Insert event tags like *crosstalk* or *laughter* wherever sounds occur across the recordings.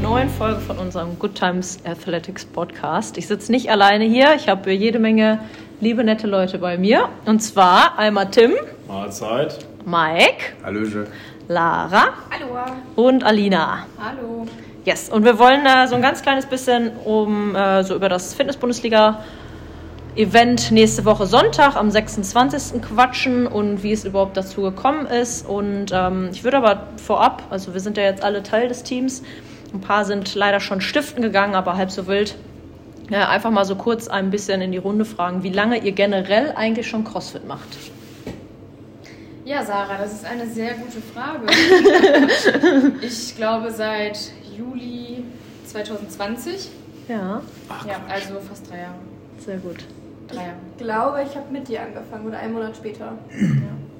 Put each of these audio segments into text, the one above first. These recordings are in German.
neuen Folge von unserem Good Times Athletics Podcast. Ich sitze nicht alleine hier. Ich habe jede Menge liebe, nette Leute bei mir. Und zwar einmal Tim, Mahlzeit. Mike, Hallöche. Lara Hallo. und Alina. Hallo. Yes, und wir wollen äh, so ein ganz kleines bisschen um äh, so über das Fitness-Bundesliga-Event nächste Woche Sonntag am 26. quatschen und wie es überhaupt dazu gekommen ist. Und ähm, ich würde aber vorab, also wir sind ja jetzt alle Teil des Teams, ein paar sind leider schon stiften gegangen, aber halb so wild. Ja, einfach mal so kurz ein bisschen in die Runde fragen, wie lange ihr generell eigentlich schon CrossFit macht. Ja, Sarah, das ist eine sehr gute Frage. *laughs* ich glaube seit Juli 2020. Ja, ja, also fast drei Jahre. sehr gut. Drei Jahre. Ich glaube, ich habe mit dir angefangen oder einen Monat später.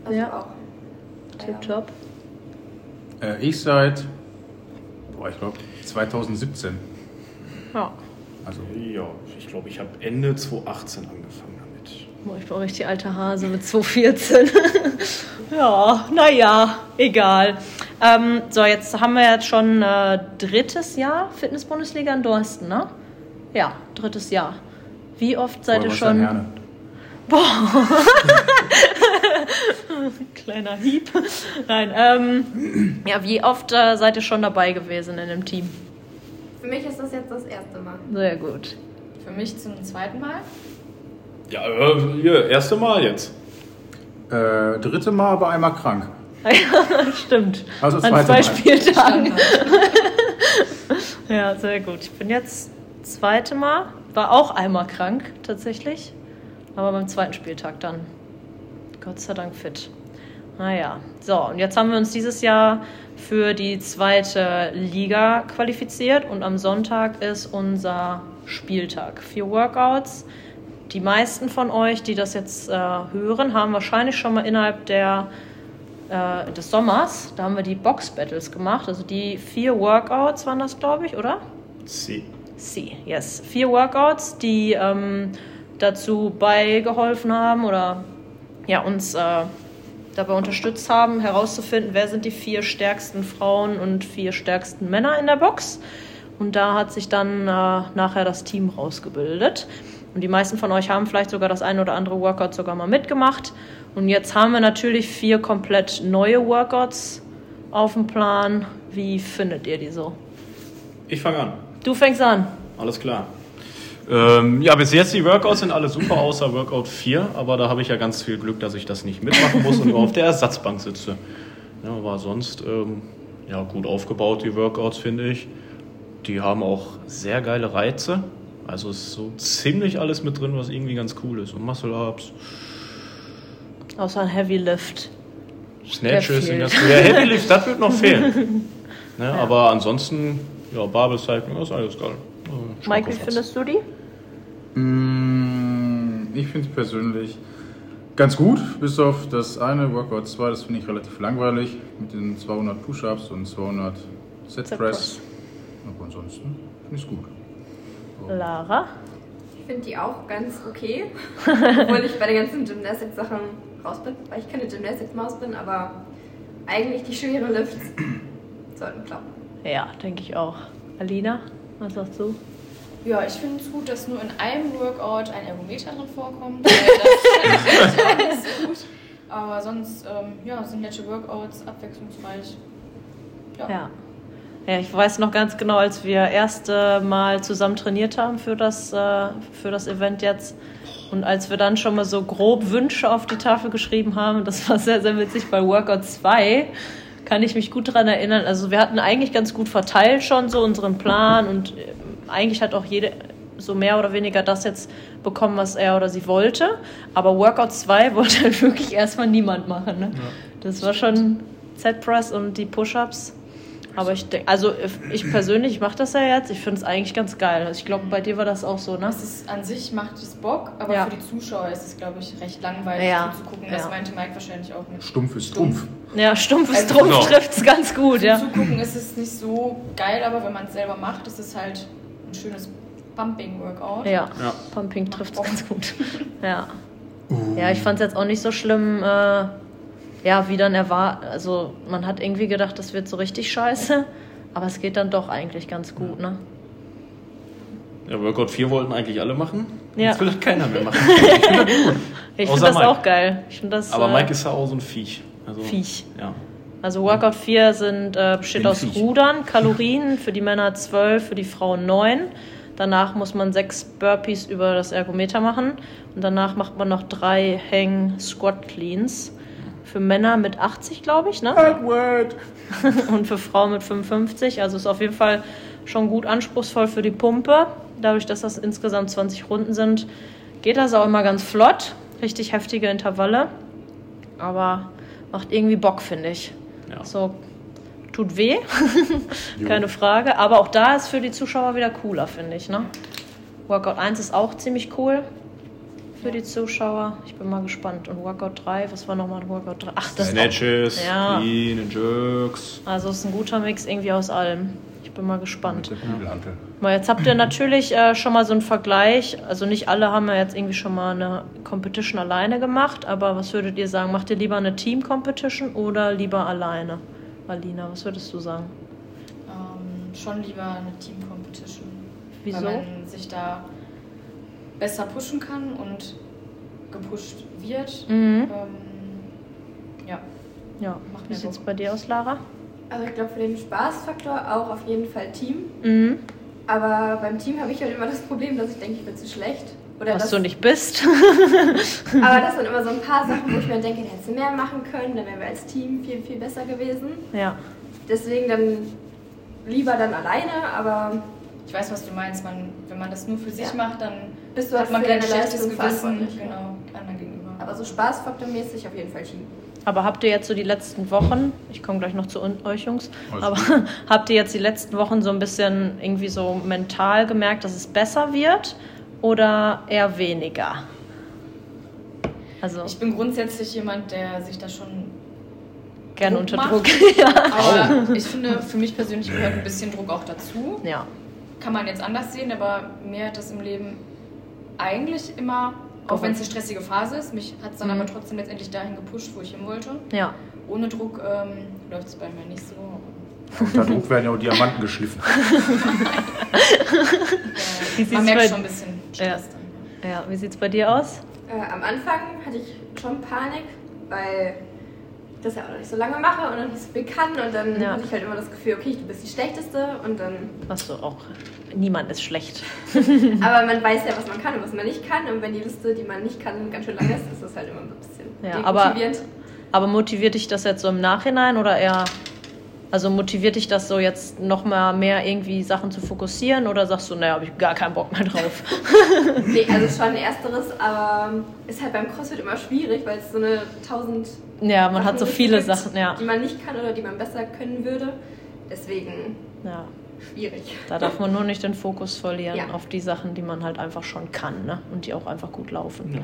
Also Ja. auch. Tipptopp. Äh, ich seit, boah, ich glaube, 2017. Ja. Also, Ja, ich glaube, ich habe Ende 2018 angefangen damit. Boah, Ich bin auch richtig alter Hase mit 214. *laughs* ja, naja, egal. Ähm, so, jetzt haben wir jetzt schon äh, drittes Jahr Fitness-Bundesliga in Dorsten, ne? Ja, drittes Jahr. Wie oft seid Boah, ihr was dann, schon? Herne? Kleiner Hieb. *laughs* Nein, ähm, ja, wie oft äh, seid ihr schon dabei gewesen in dem Team? Für mich ist das jetzt das erste Mal. Sehr gut. Für mich zum zweiten Mal. Ja, äh, hier, erste Mal jetzt. Äh, dritte Mal, aber einmal krank. Stimmt. Also das An zweite zwei Mal. Spieltagen. *laughs* ja, sehr gut. Ich bin jetzt zweite Mal, war auch einmal krank tatsächlich, aber beim zweiten Spieltag dann. Gott sei Dank fit. Naja, so, und jetzt haben wir uns dieses Jahr für die zweite Liga qualifiziert und am Sonntag ist unser Spieltag. Vier Workouts. Die meisten von euch, die das jetzt äh, hören, haben wahrscheinlich schon mal innerhalb der äh, des Sommers, da haben wir die Box Battles gemacht. Also die vier Workouts waren das, glaube ich, oder? C. Sie, yes. Vier Workouts, die ähm, dazu beigeholfen haben oder ja, uns äh, dabei unterstützt haben, herauszufinden, wer sind die vier stärksten Frauen und vier stärksten Männer in der Box. Und da hat sich dann äh, nachher das Team rausgebildet. Und die meisten von euch haben vielleicht sogar das ein oder andere Workout sogar mal mitgemacht. Und jetzt haben wir natürlich vier komplett neue Workouts auf dem Plan. Wie findet ihr die so? Ich fange an. Du fängst an. Alles klar. Ähm, ja, bis jetzt die Workouts sind alle super, außer Workout 4. Aber da habe ich ja ganz viel Glück, dass ich das nicht mitmachen muss und nur auf der Ersatzbank sitze. Ja, aber sonst, ähm, ja, gut aufgebaut, die Workouts, finde ich. Die haben auch sehr geile Reize. Also ist so ziemlich alles mit drin, was irgendwie ganz cool ist. Und Muscle-Ups, Außer ein Heavy Lift. Snatches Der in der Ja, Heavy Lifts, das wird noch fehlen. *laughs* ne, Aber ansonsten, ja, Barbell Cycling, das ist alles geil. Also, Mike, wie Schmackhoff hat's. findest du die? Mm, ich finde es persönlich ganz gut, bis auf das eine Workout 2, das finde ich relativ langweilig, mit den 200 Push-Ups und 200 Set Set-Press. Press. Aber ansonsten finde ich es gut. Lara? Ich finde die auch ganz okay, *laughs* obwohl ich bei den ganzen Gymnastik-Sachen raus bin, weil ich keine Gymnastik-Maus bin, aber eigentlich die schweren Lifts sollten klappen. Ja, denke ich auch. Alina, was sagst du? Ja, ich finde es gut, dass nur in einem Workout ein Ergometer drin vorkommt. weil *laughs* Das ist auch nicht so gut. Aber sonst ähm, ja, sind nette Workouts, abwechslungsreich. Ja. Ja, ich weiß noch ganz genau, als wir erste Mal zusammen trainiert haben für das, äh, für das Event jetzt und als wir dann schon mal so grob Wünsche auf die Tafel geschrieben haben, das war sehr, sehr witzig bei Workout 2, kann ich mich gut daran erinnern. Also wir hatten eigentlich ganz gut verteilt schon so unseren Plan und äh, eigentlich hat auch jede so mehr oder weniger das jetzt bekommen, was er oder sie wollte. Aber Workout 2 *laughs* wollte halt wirklich erstmal niemand machen. Ne? Das war schon Z-Press und die Push-Ups. Aber ich denke, also ich persönlich mache das ja jetzt. Ich finde es eigentlich ganz geil. Also ich glaube, bei dir war das auch so, ne? Es ist an sich macht es Bock, aber Ja. für die Zuschauer ist es, glaube ich, recht langweilig Ja. zuzugucken. Das Ja. meinte Mike wahrscheinlich auch nicht. Stumpf ist Trumpf. Ja, stumpfes Also- Trumpf Genau. trifft es ganz gut, Zum ja. Zugucken ist es nicht so geil, aber wenn man es selber macht, ist es halt ein schönes Bumping-Workout. Ja, Ja. Pumping trifft es ganz gut. Ja. Ja, ich fand es jetzt auch nicht so schlimm, äh, ja, wie dann erwartet. Also, man hat irgendwie gedacht, das wird so richtig scheiße. Aber es geht dann doch eigentlich ganz gut, ne? Ja, Workout 4 wollten eigentlich alle machen. Ja. Jetzt will das keiner mehr machen. Ich Außer finde das Mike. auch geil. Ich finde *laughs* das. Aber äh, Mike ist ja auch so ein Viech. Also, Viech. Ja. Also Workout 4 sind, äh, besteht Bin aus Viech. Rudern, Kalorien, für die Männer 12, für die Frauen 9. Danach muss man sechs Burpees über das Ergometer machen und danach macht man noch drei Hang Squat Cleans. Für Männer mit 80, glaube ich, ne? Edward! *laughs* Und für Frauen mit 55. Also ist auf jeden Fall schon gut anspruchsvoll für die Pumpe. Dadurch, dass das insgesamt 20 Runden sind, geht das auch immer ganz flott. Richtig heftige Intervalle. Aber macht irgendwie Bock, finde ich. ja. So, tut weh, *laughs* keine Frage. Aber auch da ist für die Zuschauer wieder cooler, finde ich. Ne? Workout 1 ist auch ziemlich cool für die Zuschauer. Ich bin mal gespannt. Und Workout 3, was war nochmal ein Workout 3? Ach, das ist auch, Snatches, Ja. Clean and Jerks. Also ist ein guter Mix irgendwie aus allem. Ich bin mal gespannt. Mit der Kugelhantel. Mal, jetzt habt ihr natürlich äh, schon mal so einen Vergleich. Also nicht alle haben ja jetzt irgendwie schon mal eine Competition alleine gemacht, aber was würdet ihr sagen? Macht ihr lieber eine Team-Competition oder lieber alleine? Alina, was würdest du sagen? Ähm, schon lieber eine Team-Competition. Wieso? Weil man sich da besser pushen kann und gepusht wird. Mhm. Ähm, ja. Ja, Macht wie mir sieht's Bock. bei dir aus, Lara? Also ich glaube für den Spaßfaktor auch auf jeden Fall Team. Mhm. Aber beim Team habe ich halt immer das Problem, dass ich denke, ich bin zu schlecht. Oder Was dass, du nicht bist. *laughs* *laughs* Aber das sind immer so ein paar Sachen, wo ich mir denke, da hättest du mehr machen können, dann wären wir als Team viel, viel besser gewesen. ja. Deswegen dann lieber dann alleine, aber Ich weiß, was du meinst. Man, wenn man das nur für sich Ja. macht, dann Bist du hat halt man für kein deine schlechtes Leistung Gewissen verantwortlich, genau, anderen gegenüber. Aber so spaßfaktormäßig auf jeden Fall Team. Aber habt ihr jetzt so die letzten Wochen, ich komme gleich noch zu un- euch Jungs, Alles aber *laughs* habt ihr jetzt die letzten Wochen so ein bisschen irgendwie so mental gemerkt, dass es besser wird oder eher weniger? Also ich bin grundsätzlich jemand, der sich da schon gerne Druck unter macht. Druck. *laughs* Aber ich finde, für mich persönlich gehört ein bisschen Druck auch dazu. ja. Kann man jetzt anders sehen, aber mir hat das im Leben eigentlich immer, auch wenn es eine stressige Phase ist, mich hat es dann Mhm. aber trotzdem letztendlich dahin gepusht, wo ich hin wollte. Ja. Ohne Druck ähm, läuft es bei mir nicht *laughs* so. Unter Druck werden ja auch Diamanten geschliffen. Wie Äh, sieht's man merkt bei- schon ein bisschen Stress dann. Ja, wie sieht's bei dir aus? Äh, am Anfang hatte ich schon Panik, weil ich das ja auch noch nicht so lange mache und noch nicht so viel kann. Und dann Ja. hatte ich halt immer das Gefühl, okay, du bist die Schlechteste. Und dann, *laughs* Was du auch. Niemand ist schlecht. aber man weiß ja, was man kann und was man nicht kann. Und wenn die Liste, die man nicht kann, ganz schön lang ist, ist das halt immer so ein bisschen Ja, aber- demotivierend. Aber motiviert dich das jetzt so im Nachhinein oder eher, also motiviert dich das so jetzt nochmal mehr irgendwie Sachen zu fokussieren oder sagst du, naja, habe ich gar keinen Bock mehr drauf? *laughs* nee, also schon ersteres, aber ist halt beim CrossFit immer schwierig, weil es so eine tausend Ja, man hat so Sachen viele gibt, Sachen, ja. die man nicht kann oder die man besser können würde. Deswegen ja. schwierig. Da darf man nur nicht den Fokus verlieren Ja. auf die Sachen, die man halt einfach schon kann ne? und die auch einfach gut laufen. Ja.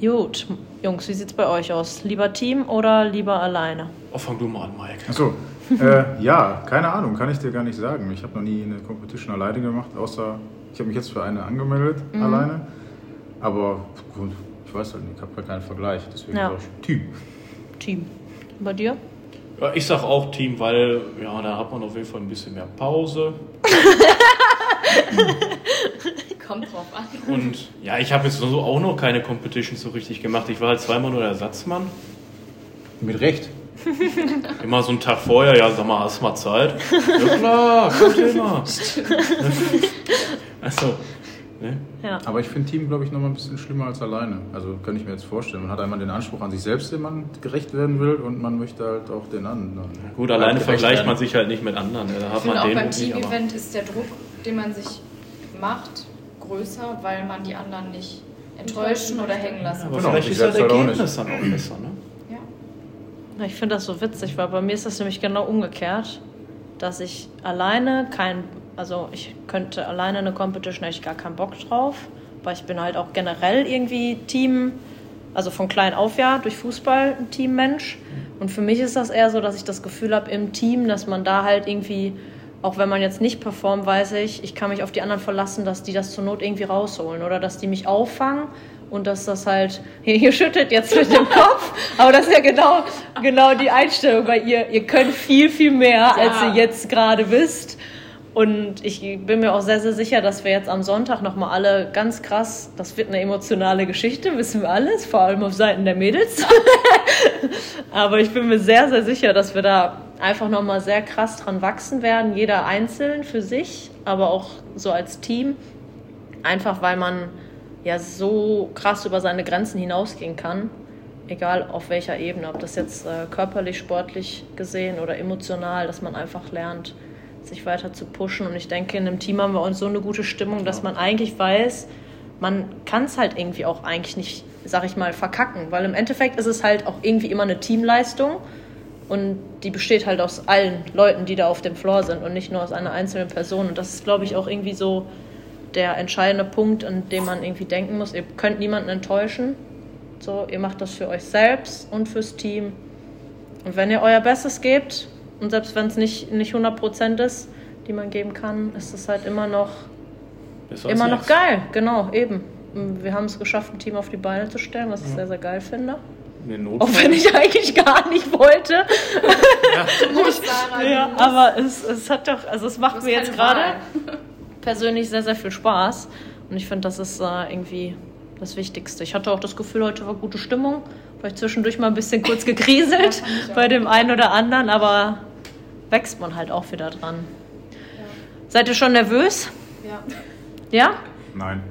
Gut, Jungs, wie sieht's bei euch aus? Lieber Team oder lieber alleine? Oh, fang du mal an, Mike. Achso. äh, ja, keine Ahnung, kann ich dir gar nicht sagen. Ich habe noch nie eine Competition alleine gemacht, außer ich habe mich jetzt für eine angemeldet, Mhm. alleine. Aber gut, ich weiß halt nicht, ich habe halt keinen Vergleich. Deswegen Ja. sag ich Team. Team. Bei dir? Ja, ich sag auch Team, weil ja, da hat man auf jeden Fall ein bisschen mehr Pause. Kommt drauf an. Mhm. Und ja, ich habe jetzt so auch noch keine Competition so richtig gemacht. Ich war halt zweimal nur Ersatzmann. Mit Recht. Immer so einen Tag vorher, ja, sag mal, hast mal Zeit? Ja klar, *laughs* kommt immer. Achso. Ne? Ja. Aber ich finde Team, glaube ich, noch mal ein bisschen schlimmer als alleine. Also kann ich mir jetzt vorstellen. Man hat einmal den Anspruch an sich selbst, dem man gerecht werden will, und man möchte halt auch den anderen. Gut, alleine gerecht vergleicht werden. man sich halt nicht mit anderen. ne? Da Ich hat finde man auch den beim und nicht, aber Team-Event ist der Druck, den man sich macht, größer, weil man die anderen nicht enttäuschen oder hängen lassen aber *laughs* Genau, vielleicht ich ist das selbst halt auch Ergebnis dann auch besser, ne? Ja. Ja, Ich finde das so witzig, weil bei mir ist das nämlich genau umgekehrt, dass ich alleine kein, also ich könnte alleine eine Competition, hätte ich gar keinen Bock drauf, weil ich bin halt auch generell irgendwie Team, also von klein auf ja, durch Fußball ein Teammensch. Und für mich ist das eher so, dass ich das Gefühl habe im Team, dass man da halt irgendwie, auch wenn man jetzt nicht performt, weiß ich, ich kann mich auf die anderen verlassen, dass die das zur Not irgendwie rausholen oder dass die mich auffangen und dass das halt, *laughs* hier, hier schüttelt jetzt mit dem Kopf, aber das ist ja genau, genau die Einstellung bei ihr. Ihr könnt viel, viel mehr, als Ja. ihr jetzt gerade wisst. Und ich bin mir auch sehr, sehr sicher, dass wir jetzt am Sonntag nochmal alle ganz krass, das wird eine emotionale Geschichte, wissen wir alles, vor allem auf Seiten der Mädels. Aber ich bin mir sehr, sehr sicher, dass wir da einfach nochmal sehr krass dran wachsen werden, jeder einzeln für sich, aber auch so als Team. Einfach weil man ja so krass über seine Grenzen hinausgehen kann, egal auf welcher Ebene, ob das jetzt äh, körperlich, sportlich gesehen oder emotional, dass man einfach lernt, sich weiter zu pushen. Und ich denke, in einem Team haben wir uns so eine gute Stimmung, dass man eigentlich weiß, man kann es halt irgendwie auch eigentlich nicht, sag ich mal, verkacken, weil im Endeffekt ist es halt auch irgendwie immer eine Teamleistung und die besteht halt aus allen Leuten, die da auf dem Floor sind und nicht nur aus einer einzelnen Person. Und das ist, glaube ich, auch irgendwie so der entscheidende Punkt, an dem man irgendwie denken muss. Ihr könnt niemanden enttäuschen. So, ihr macht das für euch selbst und fürs Team. Und wenn ihr euer Bestes gebt, und selbst wenn es nicht, nicht 100% ist, die man geben kann, ist es halt immer noch Besser als Immer noch nichts. geil, genau, eben. Wir haben es geschafft, ein Team auf die Beine zu stellen, was ich sehr, sehr geil finde. In den Not- Auch wenn ich eigentlich gar nicht wollte. Muss, Sarah, Ja, du aber es, es hat doch, also es macht hast mir jetzt keine gerade Wahl. *laughs* persönlich sehr, sehr viel Spaß. Und ich finde, das ist äh, irgendwie das Wichtigste. Ich hatte auch das Gefühl, heute war gute Stimmung. Vielleicht zwischendurch mal ein bisschen *laughs* kurz gekriselt fand ich auch. bei dem einen oder anderen, aber wächst man halt auch wieder dran. Seid ihr schon nervös? Ja. Ja? Nein.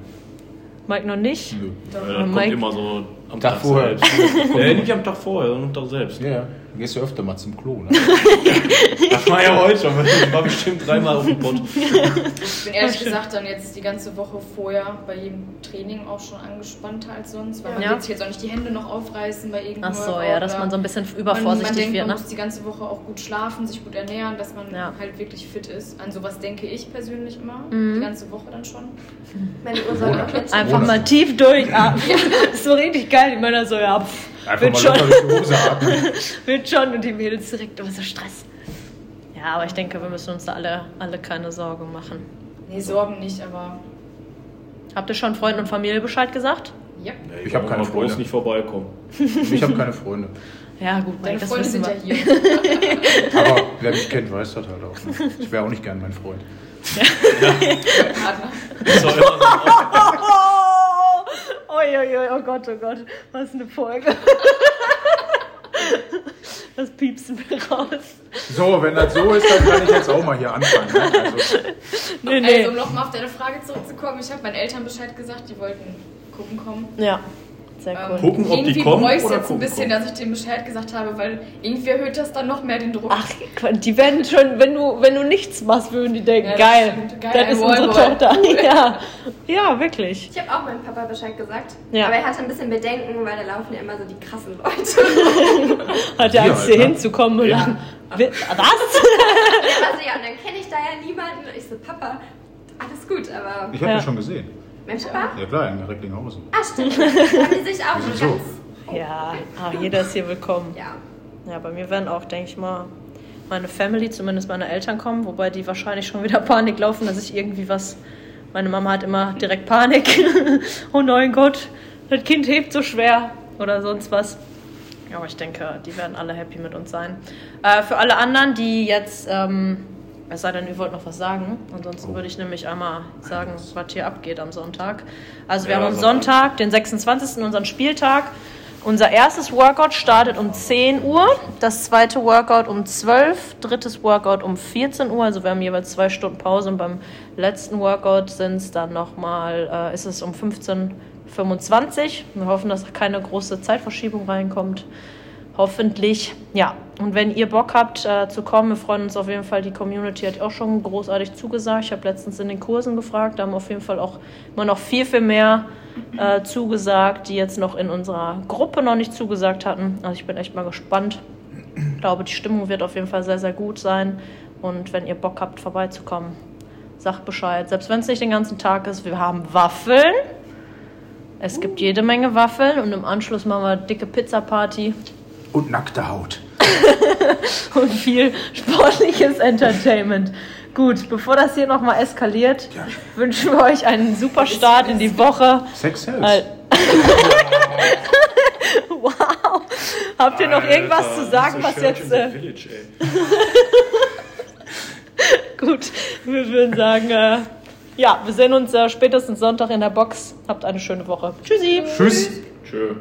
Mike noch nicht? Nö. Weil Oh, das kommt Mike. immer so am Tag Tag vorher. selbst. nee, nicht am Tag vorher, sondern am Tag selbst. Ja, ja. Du gehst ja öfter mal zum Klo, *laughs* ne? Das war ja heute schon. Ich war bestimmt dreimal auf dem Pott. Ich bin ehrlich gesagt dann jetzt die ganze Woche vorher bei jedem Training auch schon angespannter als sonst, weil man Ja. will sich jetzt auch nicht die Hände noch aufreißen bei irgendeinem Ach so, Workout ja, dass oder- man so ein bisschen man, man übervorsichtig denkt, wird. man Ne? muss die ganze Woche auch gut schlafen, sich gut ernähren, dass man Ja. halt wirklich fit ist. An sowas denke ich persönlich immer, Mhm. die ganze Woche dann schon. Meine Uhr soll auch jetzt Einfach mal tief *laughs* durchatmen. Das ist so richtig geil. Die Männer so, ja, pff, Einfach wird mal schon, locker durch die Hose atmen. wird schon. Und die Mädels direkt immer so Stress. Ja, aber ich denke, wir müssen uns da alle, alle keine Sorgen machen. Nee, Sorgen nicht, aber Habt ihr schon Freunden und Familie Bescheid gesagt? ja. Ich hab keine Freunde. Freunde. nicht vorbeikommen. *laughs* Ich habe keine Freunde. Ja, gut, Mike, Deine das Freunde wissen sind ja wir. *laughs* hier. Aber wer mich kennt, weiß das halt auch. Ne? Ich wäre auch nicht gern mein Freund. Adler. Das war immer so ein Oh, *laughs* oh, oh, oh Gott, oh Gott, was eine *laughs* Folge. Das piepsen wir *laughs* raus. So, wenn das so ist, dann kann ich jetzt auch mal hier anfangen. Ne? Also, Nee, nee. Also, um nochmal auf deine Frage zurückzukommen, ich habe meinen Eltern Bescheid gesagt, die wollten gucken kommen. Ja, sehr cool. Ähm, Gucken, ob die irgendwie kommen bereue ich's oder jetzt ein gucken bisschen, kommen. dass ich denen Bescheid gesagt habe, weil irgendwie erhöht das dann noch mehr den Druck. Ach, die werden schon, wenn du, wenn du nichts machst, würden die denken, Ja, das geil, stimmt. Geil, dann ein ist unsere *laughs* Wallboy. Tochter. Ja. ja, wirklich. Ich habe auch meinem Papa Bescheid gesagt. Ja. Aber er hatte ein bisschen Bedenken, weil da laufen ja immer so die krassen Leute. Hat er Wir Angst, halt, hier ne? hinzukommen und Ja. dann. Wi- *laughs* Was? also ja, und dann kenne ich da ja niemanden. Und ich so, Papa, alles gut, aber ich habe Ja. ihn schon gesehen. mein Papa? Ja klar, in Recklinghausen. Ah, stimmt. Haben die sich auch schon Wieso? ganz... Ja, ah, jeder ist hier willkommen. Ja. Ja, bei mir werden auch, denke ich mal, meine Family, zumindest meine Eltern kommen, wobei die wahrscheinlich schon wieder Panik laufen, dass ich irgendwie was. Meine Mama hat immer direkt Panik. *laughs* oh nein Gott, das Kind hebt so schwer oder sonst was. Aber ich denke, die werden alle happy mit uns sein. Äh, für alle anderen, die jetzt, ähm, es sei denn, ihr wollt noch was sagen, ansonsten würde ich nämlich einmal sagen, was hier abgeht am Sonntag. Also wir Ja, haben am Sonntag, Sonntag. den 26. unseren Spieltag. Unser erstes Workout startet um 10 Uhr, das zweite Workout um 12, drittes Workout um 14 Uhr, also wir haben jeweils zwei Stunden Pause und beim letzten Workout sind es dann nochmal, äh, ist es um 15.25 Uhr. Wir hoffen, dass keine große Zeitverschiebung reinkommt. Hoffentlich, ja. Und wenn ihr Bock habt äh, zu kommen, wir freuen uns auf jeden Fall. Die Community hat auch schon großartig zugesagt. Ich habe letztens in den Kursen gefragt, da haben auf jeden Fall auch immer noch viel, viel mehr äh, zugesagt, die jetzt noch in unserer Gruppe noch nicht zugesagt hatten. Also ich bin echt mal gespannt. Ich glaube, die Stimmung wird auf jeden Fall sehr, sehr gut sein. Und wenn ihr Bock habt, vorbeizukommen, sagt Bescheid. Selbst wenn es nicht den ganzen Tag ist, wir haben Waffeln. Es gibt jede Menge Waffeln und im Anschluss machen wir dicke Pizza-Party Und nackte Haut. und viel sportliches Entertainment. Gut, bevor das hier nochmal eskaliert, wünschen wir euch einen super Start in die Woche. Sex sells. Al- *laughs* Wow. Habt ihr noch irgendwas zu sagen, was jetzt. Äh, Village, ey. gut, wir würden sagen, äh, ja, wir sehen uns äh, spätestens Sonntag in der Box. Habt eine schöne Woche. Tschüssi. Tschüss. Tschö.